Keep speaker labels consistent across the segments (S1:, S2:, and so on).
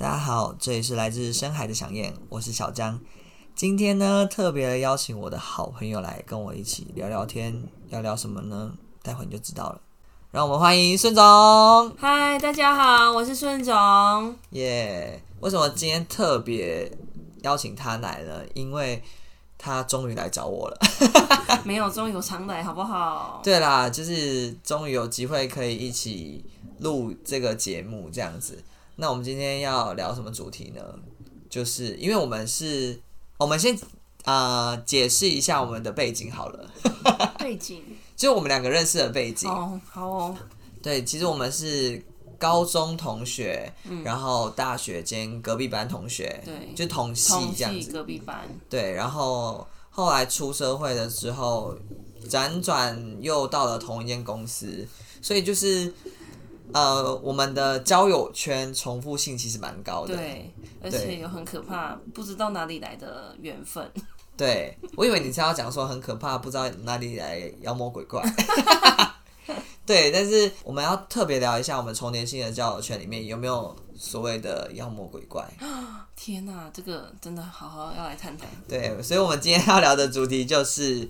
S1: 好，这里是来自深海的响燕，我是小张。今天呢，特别邀请我的好朋友来跟我一起聊聊天，要聊什么呢？待会你就知道了。让我们欢迎孙总，
S2: 嗨，大家好，我是顺总。
S1: 耶、为什么今天特别邀请他来呢？因为他终于来找我了。
S2: 没有，终于有常来，好不好？
S1: 对啦，就是终于有机会可以一起录这个节目这样子。那我们今天要聊什么主题呢？就是因为我们是，我们先呃解释一下我们的背景好了，
S2: 背景
S1: 就我们两个认识的背景。
S2: 哦，好哦，
S1: 对，其实我们是高中同学，然后大学兼隔壁班同学，
S2: 嗯对
S1: 就同系
S2: 同
S1: 这样
S2: 系
S1: 子。
S2: 隔壁班，
S1: 对，然后后来出社会了之后，辗转又到了同一间公司，所以就是呃，我们的交友圈重复性其实蛮高的。
S2: 对，而且有很可怕，不知道哪里来的缘分。
S1: 对我以为你是要讲说很可怕，不知道哪里来妖魔鬼怪。对，但是我们要特别聊一下，我们重叠性的交友圈里面有没有所谓的妖魔鬼怪？
S2: 天哪、这个真的好好要来探探。
S1: 对，所以我们今天要聊的主题就是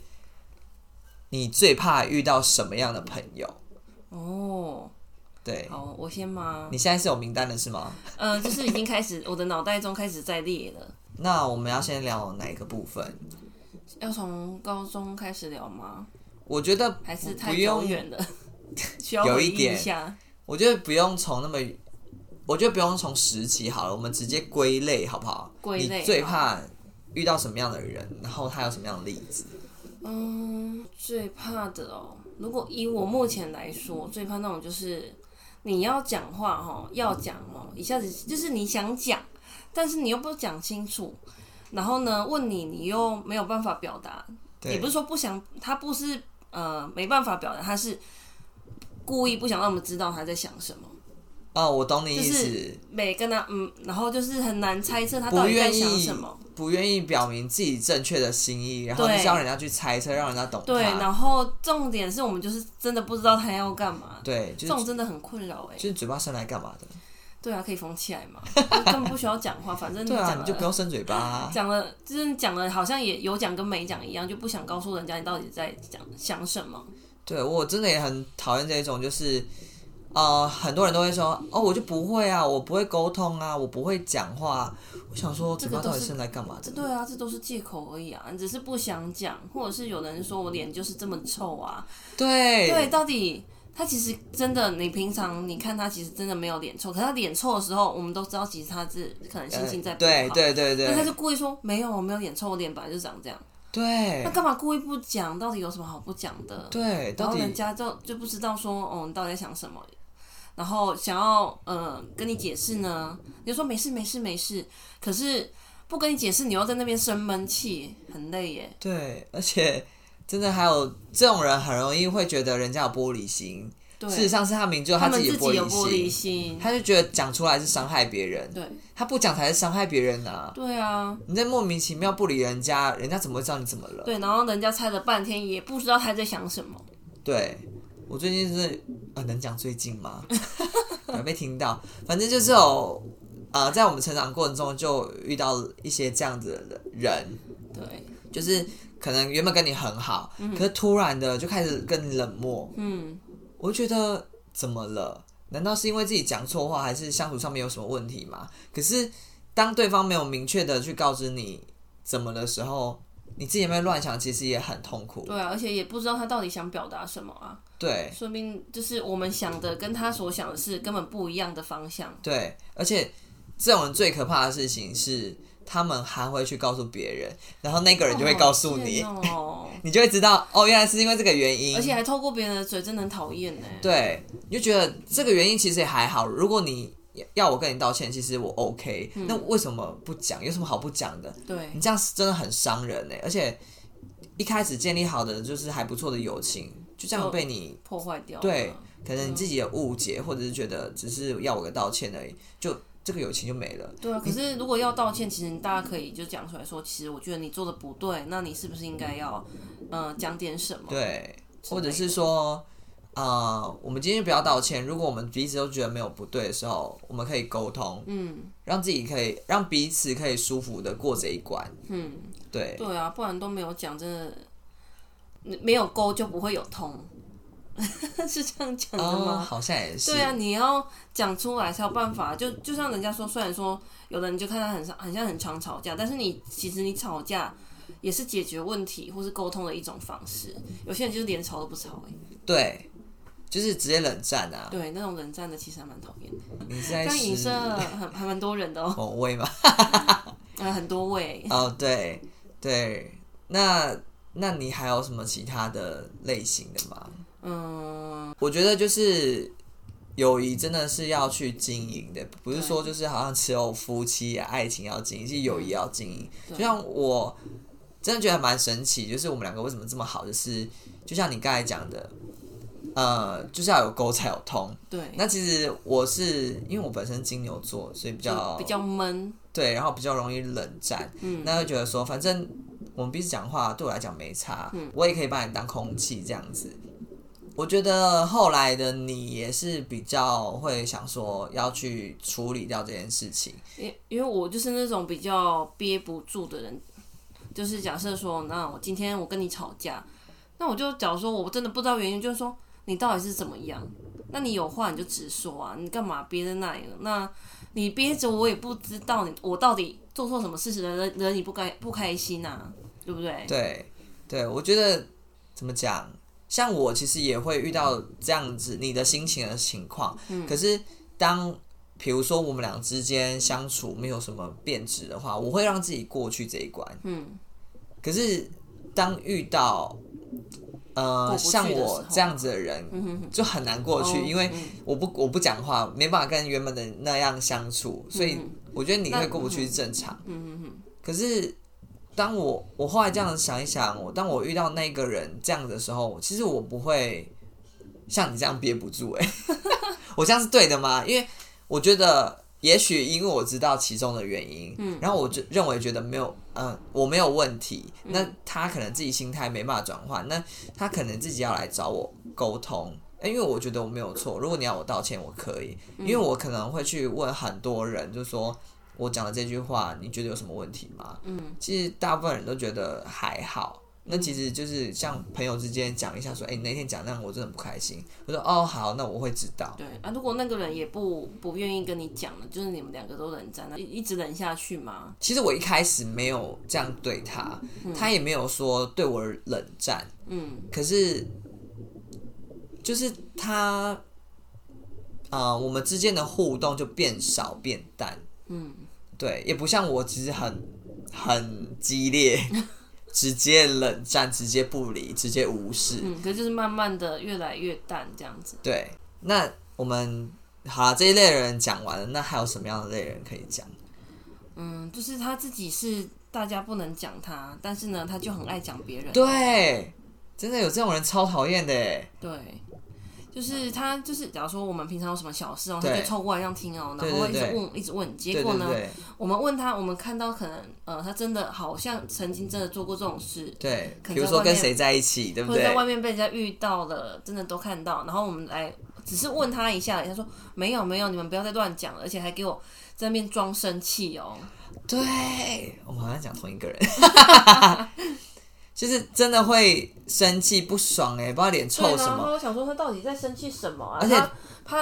S1: 你最怕遇到什么样的朋友？
S2: 哦，
S1: 对，
S2: 好，我先吗？
S1: 你现在是有名单的是吗？
S2: 呃，就是已经开始，我的脑袋中开始在裂了。
S1: 那我们要先聊哪一个部分？
S2: 要从高中开始聊吗？
S1: 我觉得
S2: 还是
S1: 不
S2: 太久
S1: 用，
S2: 远了？ 需要
S1: 有
S2: 回
S1: 一
S2: 忆
S1: 点
S2: 一下。
S1: 我觉得不用从那么，我觉得不用从时期好了，我们直接归类好不好？
S2: 归类
S1: 你最怕遇到什么样的人，然后他有什么样的例子？
S2: 嗯，最怕的哦。如果以我目前来说，最怕那种就是你要讲话哦，要讲哦，一下子就是你想讲，但是你又不讲清楚，然后呢问你，你又没有办法表达，
S1: 对
S2: 也不是说不想，他不是呃没办法表达，他是故意不想让我们知道他在想什么，
S1: 哦，我懂你
S2: 就
S1: 意思，
S2: 是每跟他嗯，然后就是很难猜测他
S1: 不
S2: 到底在
S1: 愿
S2: 想
S1: 意
S2: 什么。
S1: 不愿意表明自己正确的心意，然后就是
S2: 对
S1: 让人家去猜测，让人家懂他。
S2: 对，然后重点是我们就是真的不知道他要干嘛，
S1: 对，就是
S2: 这种真的很困扰哎、
S1: 就是嘴巴伸来干嘛的？
S2: 对啊，可以封起来 嘛，就根本不需要讲话，反正
S1: 对啊，
S2: 讲
S1: 你就不
S2: 了。
S1: 要伸嘴巴、啊。
S2: 讲了，就是你讲了，好像也有讲跟没讲一样，就不想告诉人家你到底在讲想什么。
S1: 对我真的也很讨厌这一种，就是呃，很多人都会说哦，我就不会啊，我不会沟通啊，我不会讲话。啊我想说，嘴
S2: 这
S1: 巴
S2: 个都
S1: 到
S2: 是
S1: 底是来干嘛的
S2: 这？对啊，这都是借口而已啊，你只是不想讲，或者是有人说我脸就是这么臭啊。
S1: 对
S2: 对，到底他其实真的，你平常你看他其实真的没有脸臭，可是他脸臭的时候，我们都知道其实他是可能心情在不好。
S1: 对呃对对
S2: 但他
S1: 对
S2: 就故意说没有，我没有脸臭，我脸本来就长这样。那
S1: 对
S2: 干嘛故意不讲？到底有什么好不讲的？
S1: 对，
S2: 然
S1: 到
S2: 后人
S1: 底
S2: 家就就不知道说，哦，你到底在想什么，然后想要呃跟你解释呢，你就说没事没事没事，可是不跟你解释，你又在那边生闷气，很累耶。
S1: 对，而且真的还有这种人，很容易会觉得人家有玻璃心。
S2: 对，
S1: 事实上是他明就
S2: 他
S1: 自
S2: 们
S1: 己
S2: 自己有玻璃
S1: 璃心，
S2: 心，
S1: 他就觉得讲出来是伤害别人，
S2: 对
S1: 他不讲才是伤害别人啊！
S2: 对啊，
S1: 你在莫名其妙不理人家，人家怎么会知道你怎么了？
S2: 对，然后人家猜了半天，也不知道他在想什么。
S1: 对我最近是呃，能讲最近吗？ 有被听到，反正就是有呃，在我们成长过程中就遇到一些这样子的人，
S2: 对，
S1: 就是可能原本跟你很好，可是突然的就开始跟你冷漠，
S2: 嗯，
S1: 我就觉得怎么了？难道是因为自己讲错话，还是相处上面有什么问题吗？可是当对方没有明确的去告知你怎么的时候，你自己有没有乱想，其实也很痛苦。
S2: 对啊，而且也不知道他到底想表达什么啊，
S1: 对
S2: 说明就是我们想的跟他所想的是根本不一样的方向。
S1: 对，而且这种人最可怕的事情是，他们还会去告诉别人，然后那个人就会告诉你，
S2: 哦好贱哦
S1: 你就会知道哦，原来是因为这个原因
S2: 而。且还透过别人的嘴，真的很讨厌呢。
S1: 对，你就觉得这个原因其实也还好。如果你要我跟你道歉，其实我 OK、那
S2: 嗯
S1: 为什么不讲？有什么好不讲的？
S2: 对
S1: 你这样是真的很伤人呢、而且一开始建立好的就是还不错的友情，就这样
S2: 就
S1: 被你
S2: 破坏掉了。
S1: 对可能你自己有误解，或者是觉得只是要我个道歉而已，就这个友情就没了。
S2: 对啊。可是如果要道歉，其实大家可以就讲出来说，其实我觉得你做的不对，那你是不是应该要呃讲点什么？
S1: 对，
S2: 之
S1: 或者
S2: 类
S1: 是
S2: 的
S1: 说，呃，我们今天不要道歉。如果我们彼此都觉得没有不对的时候，我们可以沟通，
S2: 嗯
S1: 让自己可以让彼此可以舒服的过这一关。
S2: 嗯，
S1: 对，
S2: 对啊，不然都没有讲，真的没有沟就不会有通，是这样讲的
S1: 哦，
S2: 吗？
S1: 好像也是。
S2: 对啊，你要讲出来才有办法。就就像人家说，虽然说有的人就看他很像很像很常吵架，但是你其实你吵架也是解决问题或是沟通的一种方式。有些人就是连吵都不吵、欸，
S1: 对就是直接冷战啊！
S2: 对，那种人站的其实还蛮讨厌的。
S1: 你是在
S2: 像影
S1: 是
S2: 射很还蛮多人的哦、
S1: 某位吗？
S2: 呃，很多位。
S1: 哦，对对，那那你还有什么其他的类型的吗？
S2: 嗯，
S1: 我觉得就是友谊真的是要去经营的，不是说就是好像只有夫妻、啊、爱情要经营，是友谊要经营。
S2: 嗯对
S1: 就像我真的觉得蛮神奇，就是我们两个为什么这么好，就是就像你刚才讲的，呃，就是要有沟才有通。
S2: 对，
S1: 那其实我是因为我本身金牛座，所以比较
S2: 就比较闷。
S1: 对，然后比较容易冷战，
S2: 嗯
S1: 那就觉得说，反正我们彼此讲话对我来讲没差，
S2: 嗯
S1: 我也可以把你当空气这样子。我觉得后来的你也是比较会想说要去处理掉这件事情，
S2: 因因为我就是那种比较憋不住的人，就是假设说，那我今天我跟你吵架，那我就假如说我真的不知道原因，就是说你到底是怎么样，那你有话你就直说啊，你干嘛憋在那里呢？那你憋着我也不知道你我到底做错什么事情惹惹你不该不开心啊，对不对？
S1: 对，对我觉得怎么讲，像我其实也会遇到这样子你的心情的情况，
S2: 嗯
S1: 可是当比如说我们俩之间相处没有什么变质的话，我会让自己过去这一关。
S2: 嗯，
S1: 可是当遇到
S2: 过
S1: 呃
S2: 不去的
S1: 像
S2: 时候
S1: 我这样子的人，
S2: 嗯
S1: 就很难过去，
S2: 哦
S1: 因为
S2: 嗯
S1: 我不我不讲话，没办法跟原本的那样相处，所以我觉得你
S2: 那
S1: 会过不去是正常。可是当我我后来这样想一想，我当我遇到那个人这样的时候，其实我不会像你这样憋不住、欸。哎， 我这样是对的吗？因为我觉得，也许因为我知道其中的原因，嗯，然后我就认为觉得没有，嗯、我没有问题。那他可能自己心态没办法转换，那他可能自己要来找我沟通。欸因为我觉得我没有错，如果你要我道歉，我可以，
S2: 嗯
S1: 因为我可能会去问很多人，就说我讲的这句话，你觉得有什么问题吗？
S2: 嗯，
S1: 其实大部分人都觉得还好。那其实就是像朋友之间讲一下，说，哎、你那天讲那样我真的很不开心。我说，哦，好，那我会知道。
S2: 对啊，如果那个人也不不愿意跟你讲了，就是你们两个都冷战，那一一直冷下去嘛，
S1: 其实我一开始没有这样对他，他也没有说对我冷战，
S2: 嗯，
S1: 可是就是他，呃，我们之间的互动就变少变淡，嗯，对，也不像我其实很很激烈， 直接冷战，直接不理，直接无视，
S2: 嗯，可是就是慢慢的越来越淡这样子。
S1: 对，那我们好啦这一类人讲完了，那还有什么样的类人可以讲？
S2: 嗯，就是他自己是大家不能讲他，但是呢，他就很爱讲别人。
S1: 对，真的有这种人超讨厌的耶，
S2: 对，就是他就是，假如说我们平常有什么小事哦、他
S1: 对
S2: 就凑过来这样听哦、
S1: 对
S2: 然后一
S1: 对
S2: 直
S1: 对
S2: 问，一直
S1: 对
S2: 问，结果
S1: 对
S2: 呢，
S1: 对
S2: 我们问他，我们看到可能呃，他真的好像曾经真的做过这种事，
S1: 对，
S2: 可能
S1: 比如
S2: 在
S1: 说
S2: 外
S1: 跟
S2: 面
S1: 谁在一起，对不
S2: 或者
S1: 对
S2: 在？外面被人家遇到了，真的都看到，然后我们来只是问他一下，他说没有没有，你们不要再乱讲了，而且还给我在那边装生气哦、
S1: 对，我们好像讲同一个人， 就是真的会生气不爽哎，不知道脸
S2: 对
S1: 臭
S2: 啊，
S1: 什
S2: 然
S1: 么。
S2: 后我想说他到底在生气什么啊？
S1: 而且
S2: 他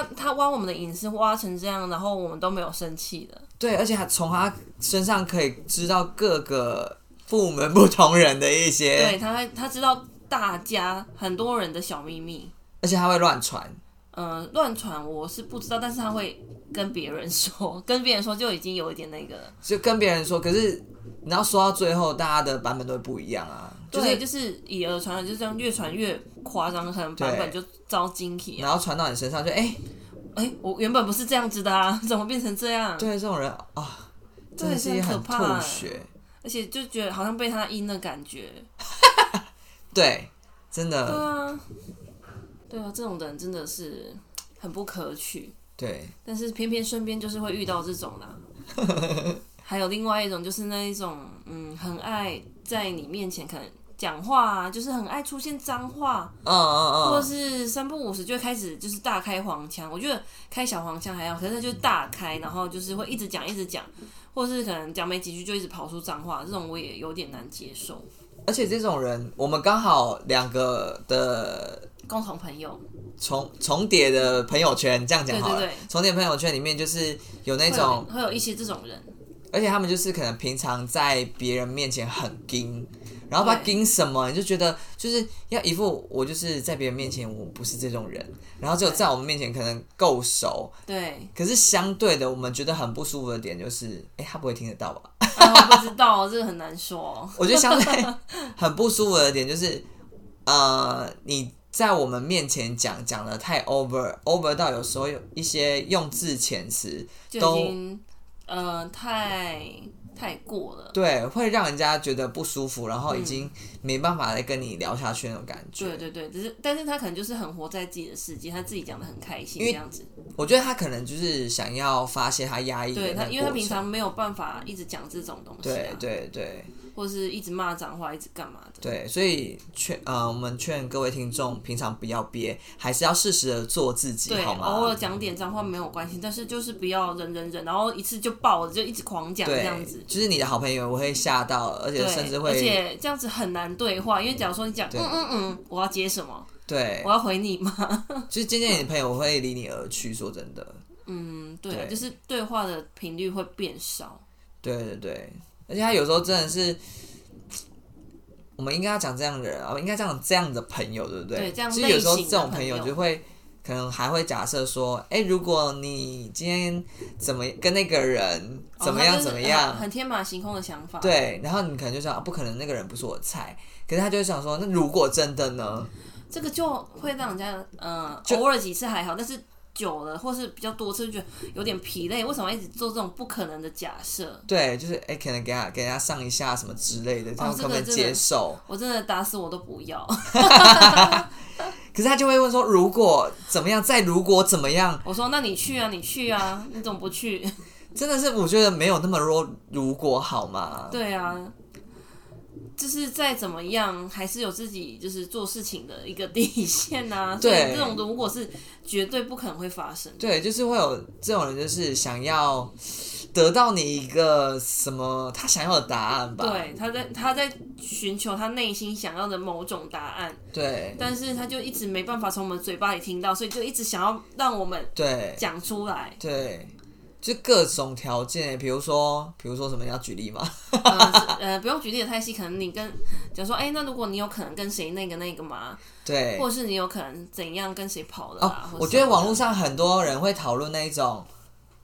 S2: 他他挖我们的隐私挖成这样，然后我们都没有生气的。
S1: 对，而且还从他身上可以知道各个部门不同人的一些，
S2: 对他他知道大家很多人的小秘密，
S1: 而且他会乱传。
S2: 呃，乱传我是不知道，但是他会跟别人说， 跟别人说就已经有一点那个了。
S1: 就跟别人说，可是你要说到最后，大家的版本都会不一样啊。就
S2: 对，
S1: 是
S2: 就是以讹传讹，就这样越传越夸张，可能版本就遭惊奇啊！
S1: 然后传到你身上就，哎、
S2: 哎、我原本不是这样子的啊， 怎么变成这样？
S1: 对这种人啊，真的是也
S2: 很
S1: 很
S2: 可怕
S1: 吐血。
S2: 而且就觉得好像被他阴的感觉。
S1: 对，真
S2: 对
S1: 的
S2: 啊，对啊，这种人真的是很不可取，
S1: 对
S2: 但是偏偏身边就是会遇到这种啦。还有另外一种就是那一种，嗯，很爱在你面前可能讲话啊，就是很爱出现脏话，
S1: 嗯嗯
S2: 或
S1: 嗯，
S2: 是三不五时就会开始就是大开黄腔。我觉得开小黄腔还好，可是他就是大开，然后就是会一直讲一直讲，或是可能讲没几句就一直跑出脏话，这种我也有点难接受。
S1: 而且这种人，我们刚好两个的
S2: 共同朋友，
S1: 重重叠的朋友圈，这样讲好了。
S2: 对对对
S1: 重叠朋友圈里面就是有那
S2: 会有
S1: 种，
S2: 会有一些这种人，
S1: 而且他们就是可能平常在别人面前很硬，然后把
S2: 对
S1: 硬什么，你就觉得就是要一副我就是在别人面前我不是这种人，然后只有
S2: 对
S1: 在我们面前可能够熟，
S2: 对，
S1: 可是相对的，我们觉得很不舒服的点就是，哎、他不会听得到吧？
S2: 啊我不知道，这个很难说。
S1: 我觉得相对 很不舒服的点就是，呃，你在我们面前讲讲的太 over over 到有时候有一些用字遣词，
S2: 就
S1: 都
S2: 已经呃太太过了。
S1: 对，会让人家觉得不舒服，然后
S2: 嗯
S1: 已经没办法再跟你聊下去那种感觉。
S2: 对对对，只是但是他可能就是很活在自己的世界，他自己讲的很开心
S1: 因为
S2: 这样子。
S1: 我觉得他可能就是想要发泄他压抑的
S2: 对
S1: 那
S2: 他，
S1: 个
S2: 因为他
S1: 过
S2: 平
S1: 程
S2: 常没有办法一直讲这种东西、
S1: 对
S2: 啊，
S1: 对对
S2: 或是一直骂脏话，一直干嘛的。
S1: 对，所以劝呃，我们劝各位听众平常不要憋，还是要适时的做自己，
S2: 对，
S1: 好吗？
S2: 偶尔讲点脏话没有关系，但是就是不要忍忍忍，然后一次就爆了，就一直狂讲这
S1: 对
S2: 样子，。
S1: 就是你的好朋友，我会吓到，而且
S2: 对，
S1: 甚至
S2: 而
S1: 会
S2: 且这样子很难对话，因为假如说你讲嗯嗯嗯，我要接什么，
S1: 对
S2: 我，要回你吗？
S1: 就是渐渐你的朋友会离你而去。说真的，
S2: 嗯，对啊，
S1: 对
S2: 就是对话的频率会变少。
S1: 对对对，而且他有时候真的是，我们应该要讲这样的人啊，应该讲这样的朋友，对不对？
S2: 对这样
S1: 其实有时候
S2: 类型
S1: 这
S2: 的
S1: 种
S2: 朋
S1: 友
S2: 友
S1: 就会。可能还会假设说，哎、如果你今天怎么跟那个人
S2: 哦
S1: 怎么
S2: 他
S1: 样
S2: 就是
S1: 怎么样，
S2: 很很天马行空的想法。
S1: 对，然后你可能就想，啊不可能那个人不是我的菜，可是他就会想说，那如果真的呢？
S2: 这个就会让人家，呃，
S1: 就
S2: 偶尔几次还好，但是久了或是比较多次，就觉得有点疲累。为什么要一直做这种不可能的假设？
S1: 对，就是哎、可能给他给他上一下什么之类的，他们
S2: 哦这
S1: 可不可
S2: 个
S1: 以
S2: 真的
S1: 接受？
S2: 我真的打死我都不要。
S1: 可是他就会问说，如果怎么样，再如果怎么样，
S2: 我说，那你去啊，你去啊，你怎么不去？
S1: 真的是我觉得没有那么多如果好吗？
S2: 对啊，就是再怎么样，还是有自己就是做事情的一个底线呐、啊。所以
S1: 对
S2: 这种如果是绝对不可能会发生的。
S1: 对，就是会有这种人，就是想要得到你一个什么他想要的答案吧？
S2: 对，他在他在寻求他内心想要的某种答案，
S1: 对
S2: 但是他就一直没办法从我们嘴巴里听到，所以就一直想要让我们
S1: 对。
S2: 讲出来
S1: 对，就各种条件，比如说，比如说什么？你要举例吗？
S2: 呃是呃，不用举例的太细，可能你跟假如说，哎、那如果你有可能跟谁那个那个嘛，
S1: 对，
S2: 或者是你有可能怎样跟谁跑了
S1: 哦
S2: 啊？或，者
S1: 我觉得
S2: 什么的
S1: 网络上很多人会讨论那一种，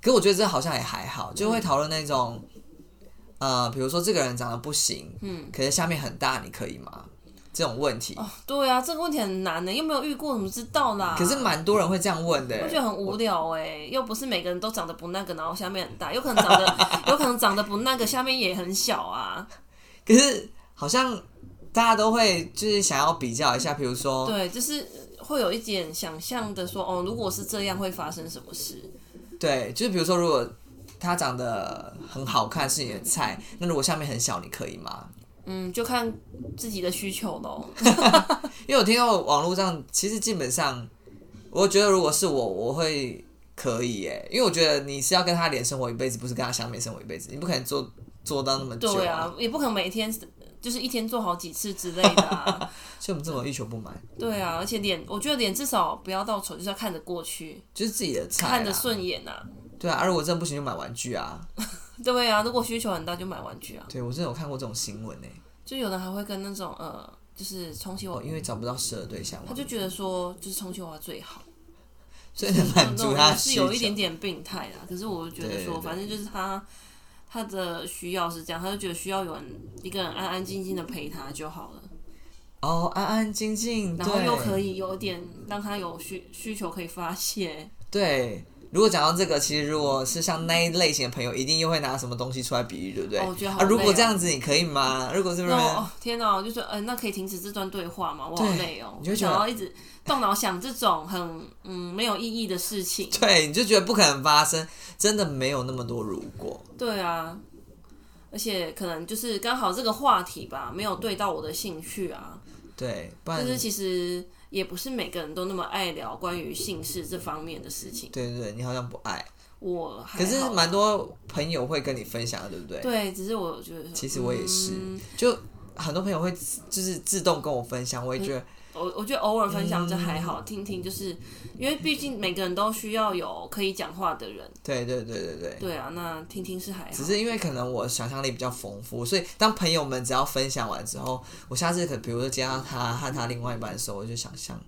S1: 可我觉得这好像也还好，就会讨论那种，呃，比如说这个人长得不行，嗯，可是下面很大，你可以吗？这种问题，
S2: 哦，对啊，这个问题很难呢，又没有遇过，怎么知道啦？
S1: 可是蛮多人会这样问的、欸
S2: 我觉得很无聊哎，又不是每个人都长得不那个，然后下面很大，有可能长得 有可能长得不那个，下面也很小啊。
S1: 可是好像大家都会就是想要比较一下，比如说，
S2: 对，就是会有一点想象的说，哦，如果是这样会发生什么事？
S1: 对，就是比如说如果。他长得很好看是你的菜，那如果下面很小，你可以吗？
S2: 嗯，就看自己的需求喽。
S1: 因为我听到网络上，其实基本上，我觉得如果是我，我会可以耶，因为我觉得你是要跟他脸生活一辈子，不是跟他下面生活一辈子，你不可能做做到那么久、
S2: 对啊，也不可能每天就是一天做好几次之类的 啊。
S1: 所以我们这么欲求不满，
S2: 对啊，而且脸，我觉得脸至少不要到丑，就是要看得过去，
S1: 就是自己的菜、啊，
S2: 看得顺眼啊。
S1: 对啊，啊如果真的不行就买玩具啊，
S2: 对啊，如果需求很大就买玩具啊。
S1: 对我真的有看过这种新闻呢，
S2: 就有人还会跟那种呃，就是重启我
S1: 哦，，因为找不到适合对象嘛
S2: 他，就觉得说就是重启我最好，
S1: 所以能满足他的
S2: 是
S1: 需
S2: 有一点
S1: 求，
S2: 点病态啦。可是我就觉得
S1: 对对
S2: 说，
S1: 对
S2: 反正就是他他的需要是这样，他就觉得需要有人一个人安安静静的陪他就好了，
S1: 哦，安安静静，
S2: 然后
S1: 对
S2: 又可以有点让他有需需求可以 发泄。
S1: 对。如果讲到这个，其实如果是像那一类型的朋友，一定又会拿什么东西出来比喻，对不对？
S2: 哦我觉得好
S1: 啊，如
S2: 累
S1: 果
S2: 哦
S1: 这样子你可以吗？如果这
S2: 然
S1: 边
S2: 后哦天哪，我就说嗯、呃那可以停止这段对话吗？我好
S1: 对
S2: 累哦，
S1: 你就觉
S2: 想
S1: 得
S2: 要一直动脑想这种很嗯没有意义的事情。
S1: 对，你就觉得不可能发生，真的没有那么多如果。
S2: 对啊，而且可能就是刚好这个话题吧，没有对到我的兴趣啊。
S1: 对，不然
S2: 但是其实也不是每个人都那么爱聊关于姓氏这方面的事情。
S1: 对对对，你好像不爱，
S2: 我还
S1: 可是
S2: 好
S1: 蛮多朋友会跟你分享的，对不对？
S2: 对，只是我觉得
S1: 其实我也是
S2: 嗯
S1: 就很多朋友会自就是自动跟我分享，我也觉得
S2: 我我觉得偶尔分享这还好，听听就是因为毕竟每个人都需要有可以讲话的人，
S1: 对对对对对。
S2: 对啊，啊那听听是还好。
S1: 只是因为可能我想象力比较丰富，所以当朋友们只要分享完之后，我下次可比如说见到他和他另外一半的时候，我就想象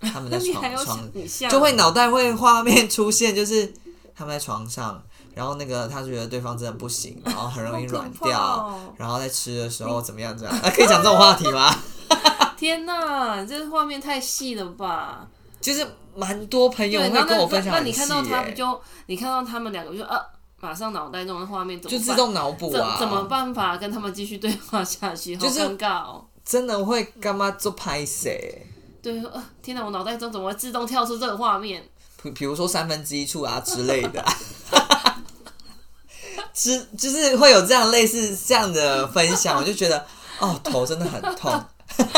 S1: 他们在
S2: 那 你还
S1: 床
S2: 有
S1: 床，
S2: 你像
S1: 就会脑袋会画面出现，就是他们在床上，然后那个他觉得对方真的不行，然后很容易
S2: 好可
S1: 软
S2: 怕
S1: 掉，
S2: 哦
S1: 然后在吃的时候怎么样怎么样，啊、 可以讲这种话题吗？
S2: 天哪，这画面太细了吧？
S1: 就是蛮多朋友
S2: 对，
S1: 会
S2: 然后
S1: 跟
S2: 那
S1: 我分享
S2: 那
S1: 很
S2: 你
S1: 细耶、
S2: 看到他不就你看到他们两个就啊，马上脑袋中的画面怎么
S1: 就
S2: 办
S1: 自动脑补
S2: 怎
S1: 啊，
S2: 怎么办法跟他们继续对话下去？好
S1: 就是
S2: 尴尬哦。
S1: 真的会干嘛做拍谁？
S2: 对，呃天哪，我脑袋中怎么会自动跳出这个画面？
S1: 比比如说三分之一处啊之类的、啊， 之就是会有这样类似这样的分享，我就觉得哦头真的很痛。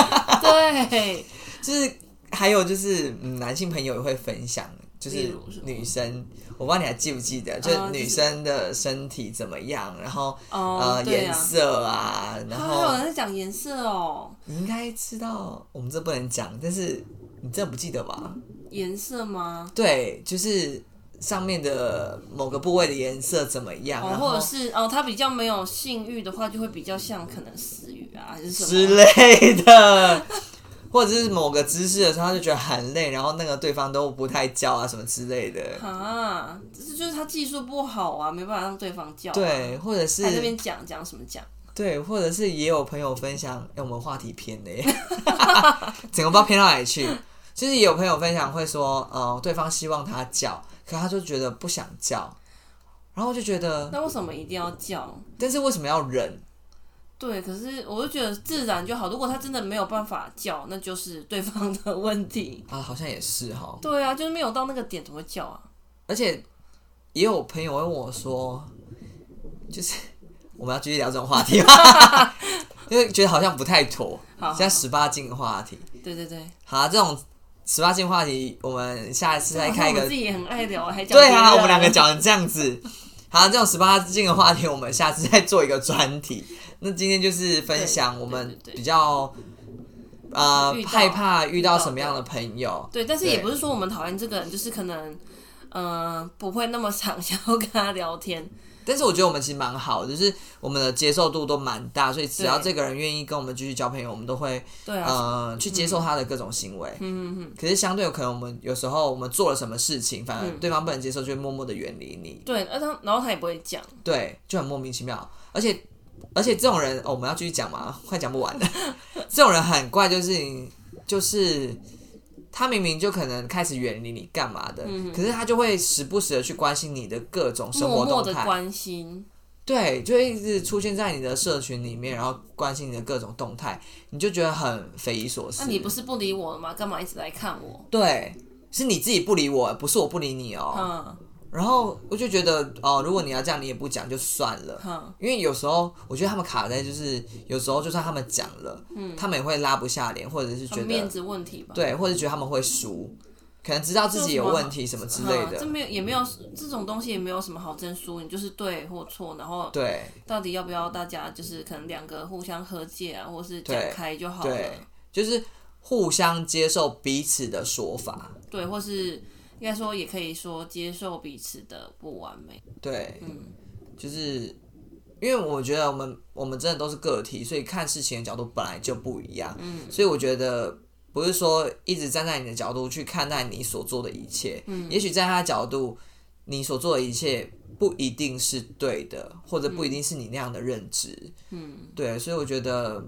S2: 对，
S1: 就是还有就是嗯男性朋友也会分享，就
S2: 例
S1: 是
S2: 如什么
S1: 女生，我不知道你还记不记得，就是
S2: 就是
S1: 女生的身体怎么样，然后
S2: 哦
S1: 呃，
S2: 对
S1: 颜
S2: 啊，
S1: 色啊，然
S2: 啊还有
S1: 后
S2: 人在讲颜色哦，
S1: 你应该知道，我们这不能讲，但是你真的不记得吧？
S2: 颜色吗？
S1: 对，就是上面的某个部位的颜色怎么样，
S2: 哦，
S1: 然
S2: 或
S1: 后
S2: 者是哦，他比较没有性欲的话，就会比较像可能死鱼啊，还是什么
S1: 之类的，或者是某个姿势的时候，他就觉得很累，然后那个对方都不太叫啊什么之类的，
S2: 啊，这是就是他技术不好啊，没办法让对方叫、啊。
S1: 对，，或者
S2: 在那
S1: 是
S2: 边讲讲什么讲？
S1: 对，或者是也有朋友分享，哎、我们话题偏的耶， 整个不知道偏到哪里去。就是也有朋友分享会说，呃，对方希望他叫，可他就觉得不想叫，然后我就觉得，
S2: 那为什么一定要叫？
S1: 但是为什么要忍？
S2: 对，可是我就觉得自然就好。如果他真的没有办法叫，那就是对方的问题。
S1: 啊，好像也是哈。
S2: 对啊，就是没有到那个点怎么叫啊？
S1: 而且也有朋友会问我说，就是 我们要继续聊这种话题吗？ 因为觉得好像不太妥
S2: 好好，
S1: 现在十八禁的话题。
S2: 对对对，
S1: 好、啊，这种十八禁话题，我们下一次再开一
S2: 啊我
S1: 个
S2: 自。己也很爱聊，还讲
S1: 对啊，
S2: 别人
S1: 我们两个讲成这样子。好、这种十八禁的话题，我们下次再做一个专题。那今天就是分享
S2: 对
S1: 我们
S2: 对对对
S1: 比较呃
S2: 遇到
S1: 害怕遇到
S2: 遇到
S1: 什么样
S2: 的
S1: 的朋友，
S2: 对，但是也
S1: 对
S2: 不是说我们讨厌这个人，就是可能，呃，不会那么想想要跟他聊天。
S1: 但是我觉得我们其实蛮好的，就是我们的接受度都蛮大，所以只要
S2: 对
S1: 这个人愿意跟我们继续交朋友，我们都会
S2: 对啊，
S1: 呃去接受他的各种行为。
S2: 嗯嗯嗯，
S1: 可是相对有可能，我们有时候我们做了什么事情，反而
S2: 嗯
S1: 对方不能接受，就会默默的远离你，
S2: 对，那他然后他也不会讲，
S1: 对，就很莫名其妙。而且而且这种人，哦，我们要继续讲嘛，快讲不 完了。这种人很怪，就是你就是他明明就可能开始远离你干嘛的，
S2: 嗯
S1: 可是他就会时不时的去关心你的各种生
S2: 默
S1: 活
S2: 默
S1: 动
S2: 的
S1: 态。
S2: 关心。
S1: 对，就一直出现在你的社群里面，然后关心你的各种动态，你就觉得很匪夷所思。
S2: 那你不是不理我了吗？干嘛一直来看我？
S1: 对，是你自己不理我，不是我不理你哦。
S2: 嗯
S1: 然后我就觉得哦，如果你要这样，你也不讲就算了。
S2: 哼，
S1: 因为有时候我觉得他们卡在就是，有时候就算他们讲了，他们也会拉不下脸，或者是
S2: 他
S1: 觉
S2: 们嗯面
S1: 得
S2: 子问题吧，
S1: 对，或者觉得他们会输，可能知道自己有问题什么之类
S2: 嗯这
S1: 的。
S2: 没有也没有这种东西也没有什么好争输赢，你就是对或错，然后
S1: 对
S2: 到底要不要大家就是可能两个互相和解啊，或是讲
S1: 对
S2: 开就好了，
S1: 对，就是互相接受彼此的说法。
S2: 对或是应该说也可以说接受彼此的不完美，
S1: 对，
S2: 嗯，
S1: 就是因为我觉得我们我们真的都是个体，所以看事情的角度本来就不一样。嗯，所以我觉得不是说一直站在你的角度去看待你所做的一切。嗯，也许在他的角度，你所做的一切不一定是对的，或者不一定是你那样的认知。嗯，对，所以我觉得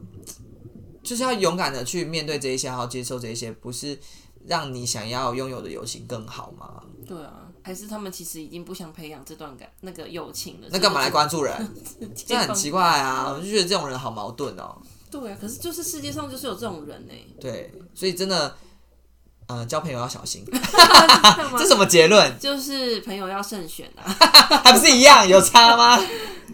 S1: 就是要勇敢的去面对这一些，然后接受这一些，不是让你想要拥有的友情更好吗？
S2: 对啊，还是他们其实已经不想培养这段感那个友情了，
S1: 那干嘛来
S2: 所以
S1: 关注人？
S2: 就直 接
S1: 这很
S2: 放
S1: 奇怪啊！我就觉得这种人好矛盾哦。
S2: 对啊，可是就是世界上就是有这种人 呢、
S1: 对，所以真的，呃，交朋友要小心。
S2: 干嘛
S1: 这什么结论？
S2: 就是朋友要慎选啊。
S1: 还不是一样有差吗？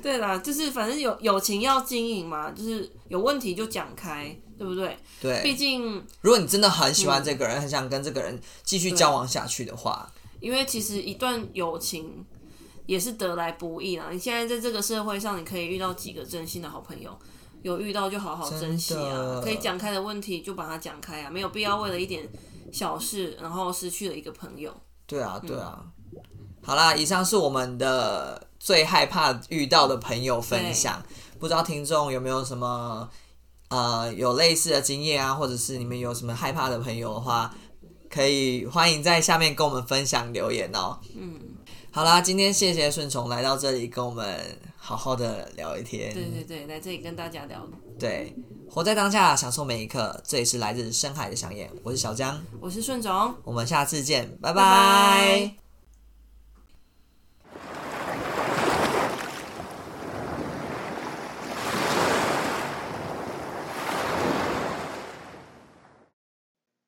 S2: 对啦，就是反正有友情要经营嘛，就是有问题就讲开，对不对？毕
S1: 对，
S2: 竟
S1: 如果你真的很喜欢这个人，很想跟这个人继续交往下去的话，
S2: 因为其实一段友情也是得来不易啦。你现在在这个社会上，你可以遇到几个真心的好朋友，有遇到就好好珍惜
S1: 真
S2: 啊
S1: 的，
S2: 可以讲开的问题就把它讲开啊，没有必要为了一点小事，然后失去了一个朋友。
S1: 对啊，对啊。好啦，以上是我们的最害怕遇到的朋友分享，不知道听众有没有什么呃有类似的经验啊，或者是你们有什么害怕的朋友的话，可以欢迎在下面跟我们分享留言哦。
S2: 嗯，
S1: 好啦，今天谢谢顺从来到这里跟我们好好的聊一天。
S2: 对对对，来这里跟大家聊。
S1: 对，活在当下，享受每一刻。这里是来自深海的想念，我是小江，
S2: 我是顺总，
S1: 我们下次见，拜
S2: 拜
S1: 拜
S2: 拜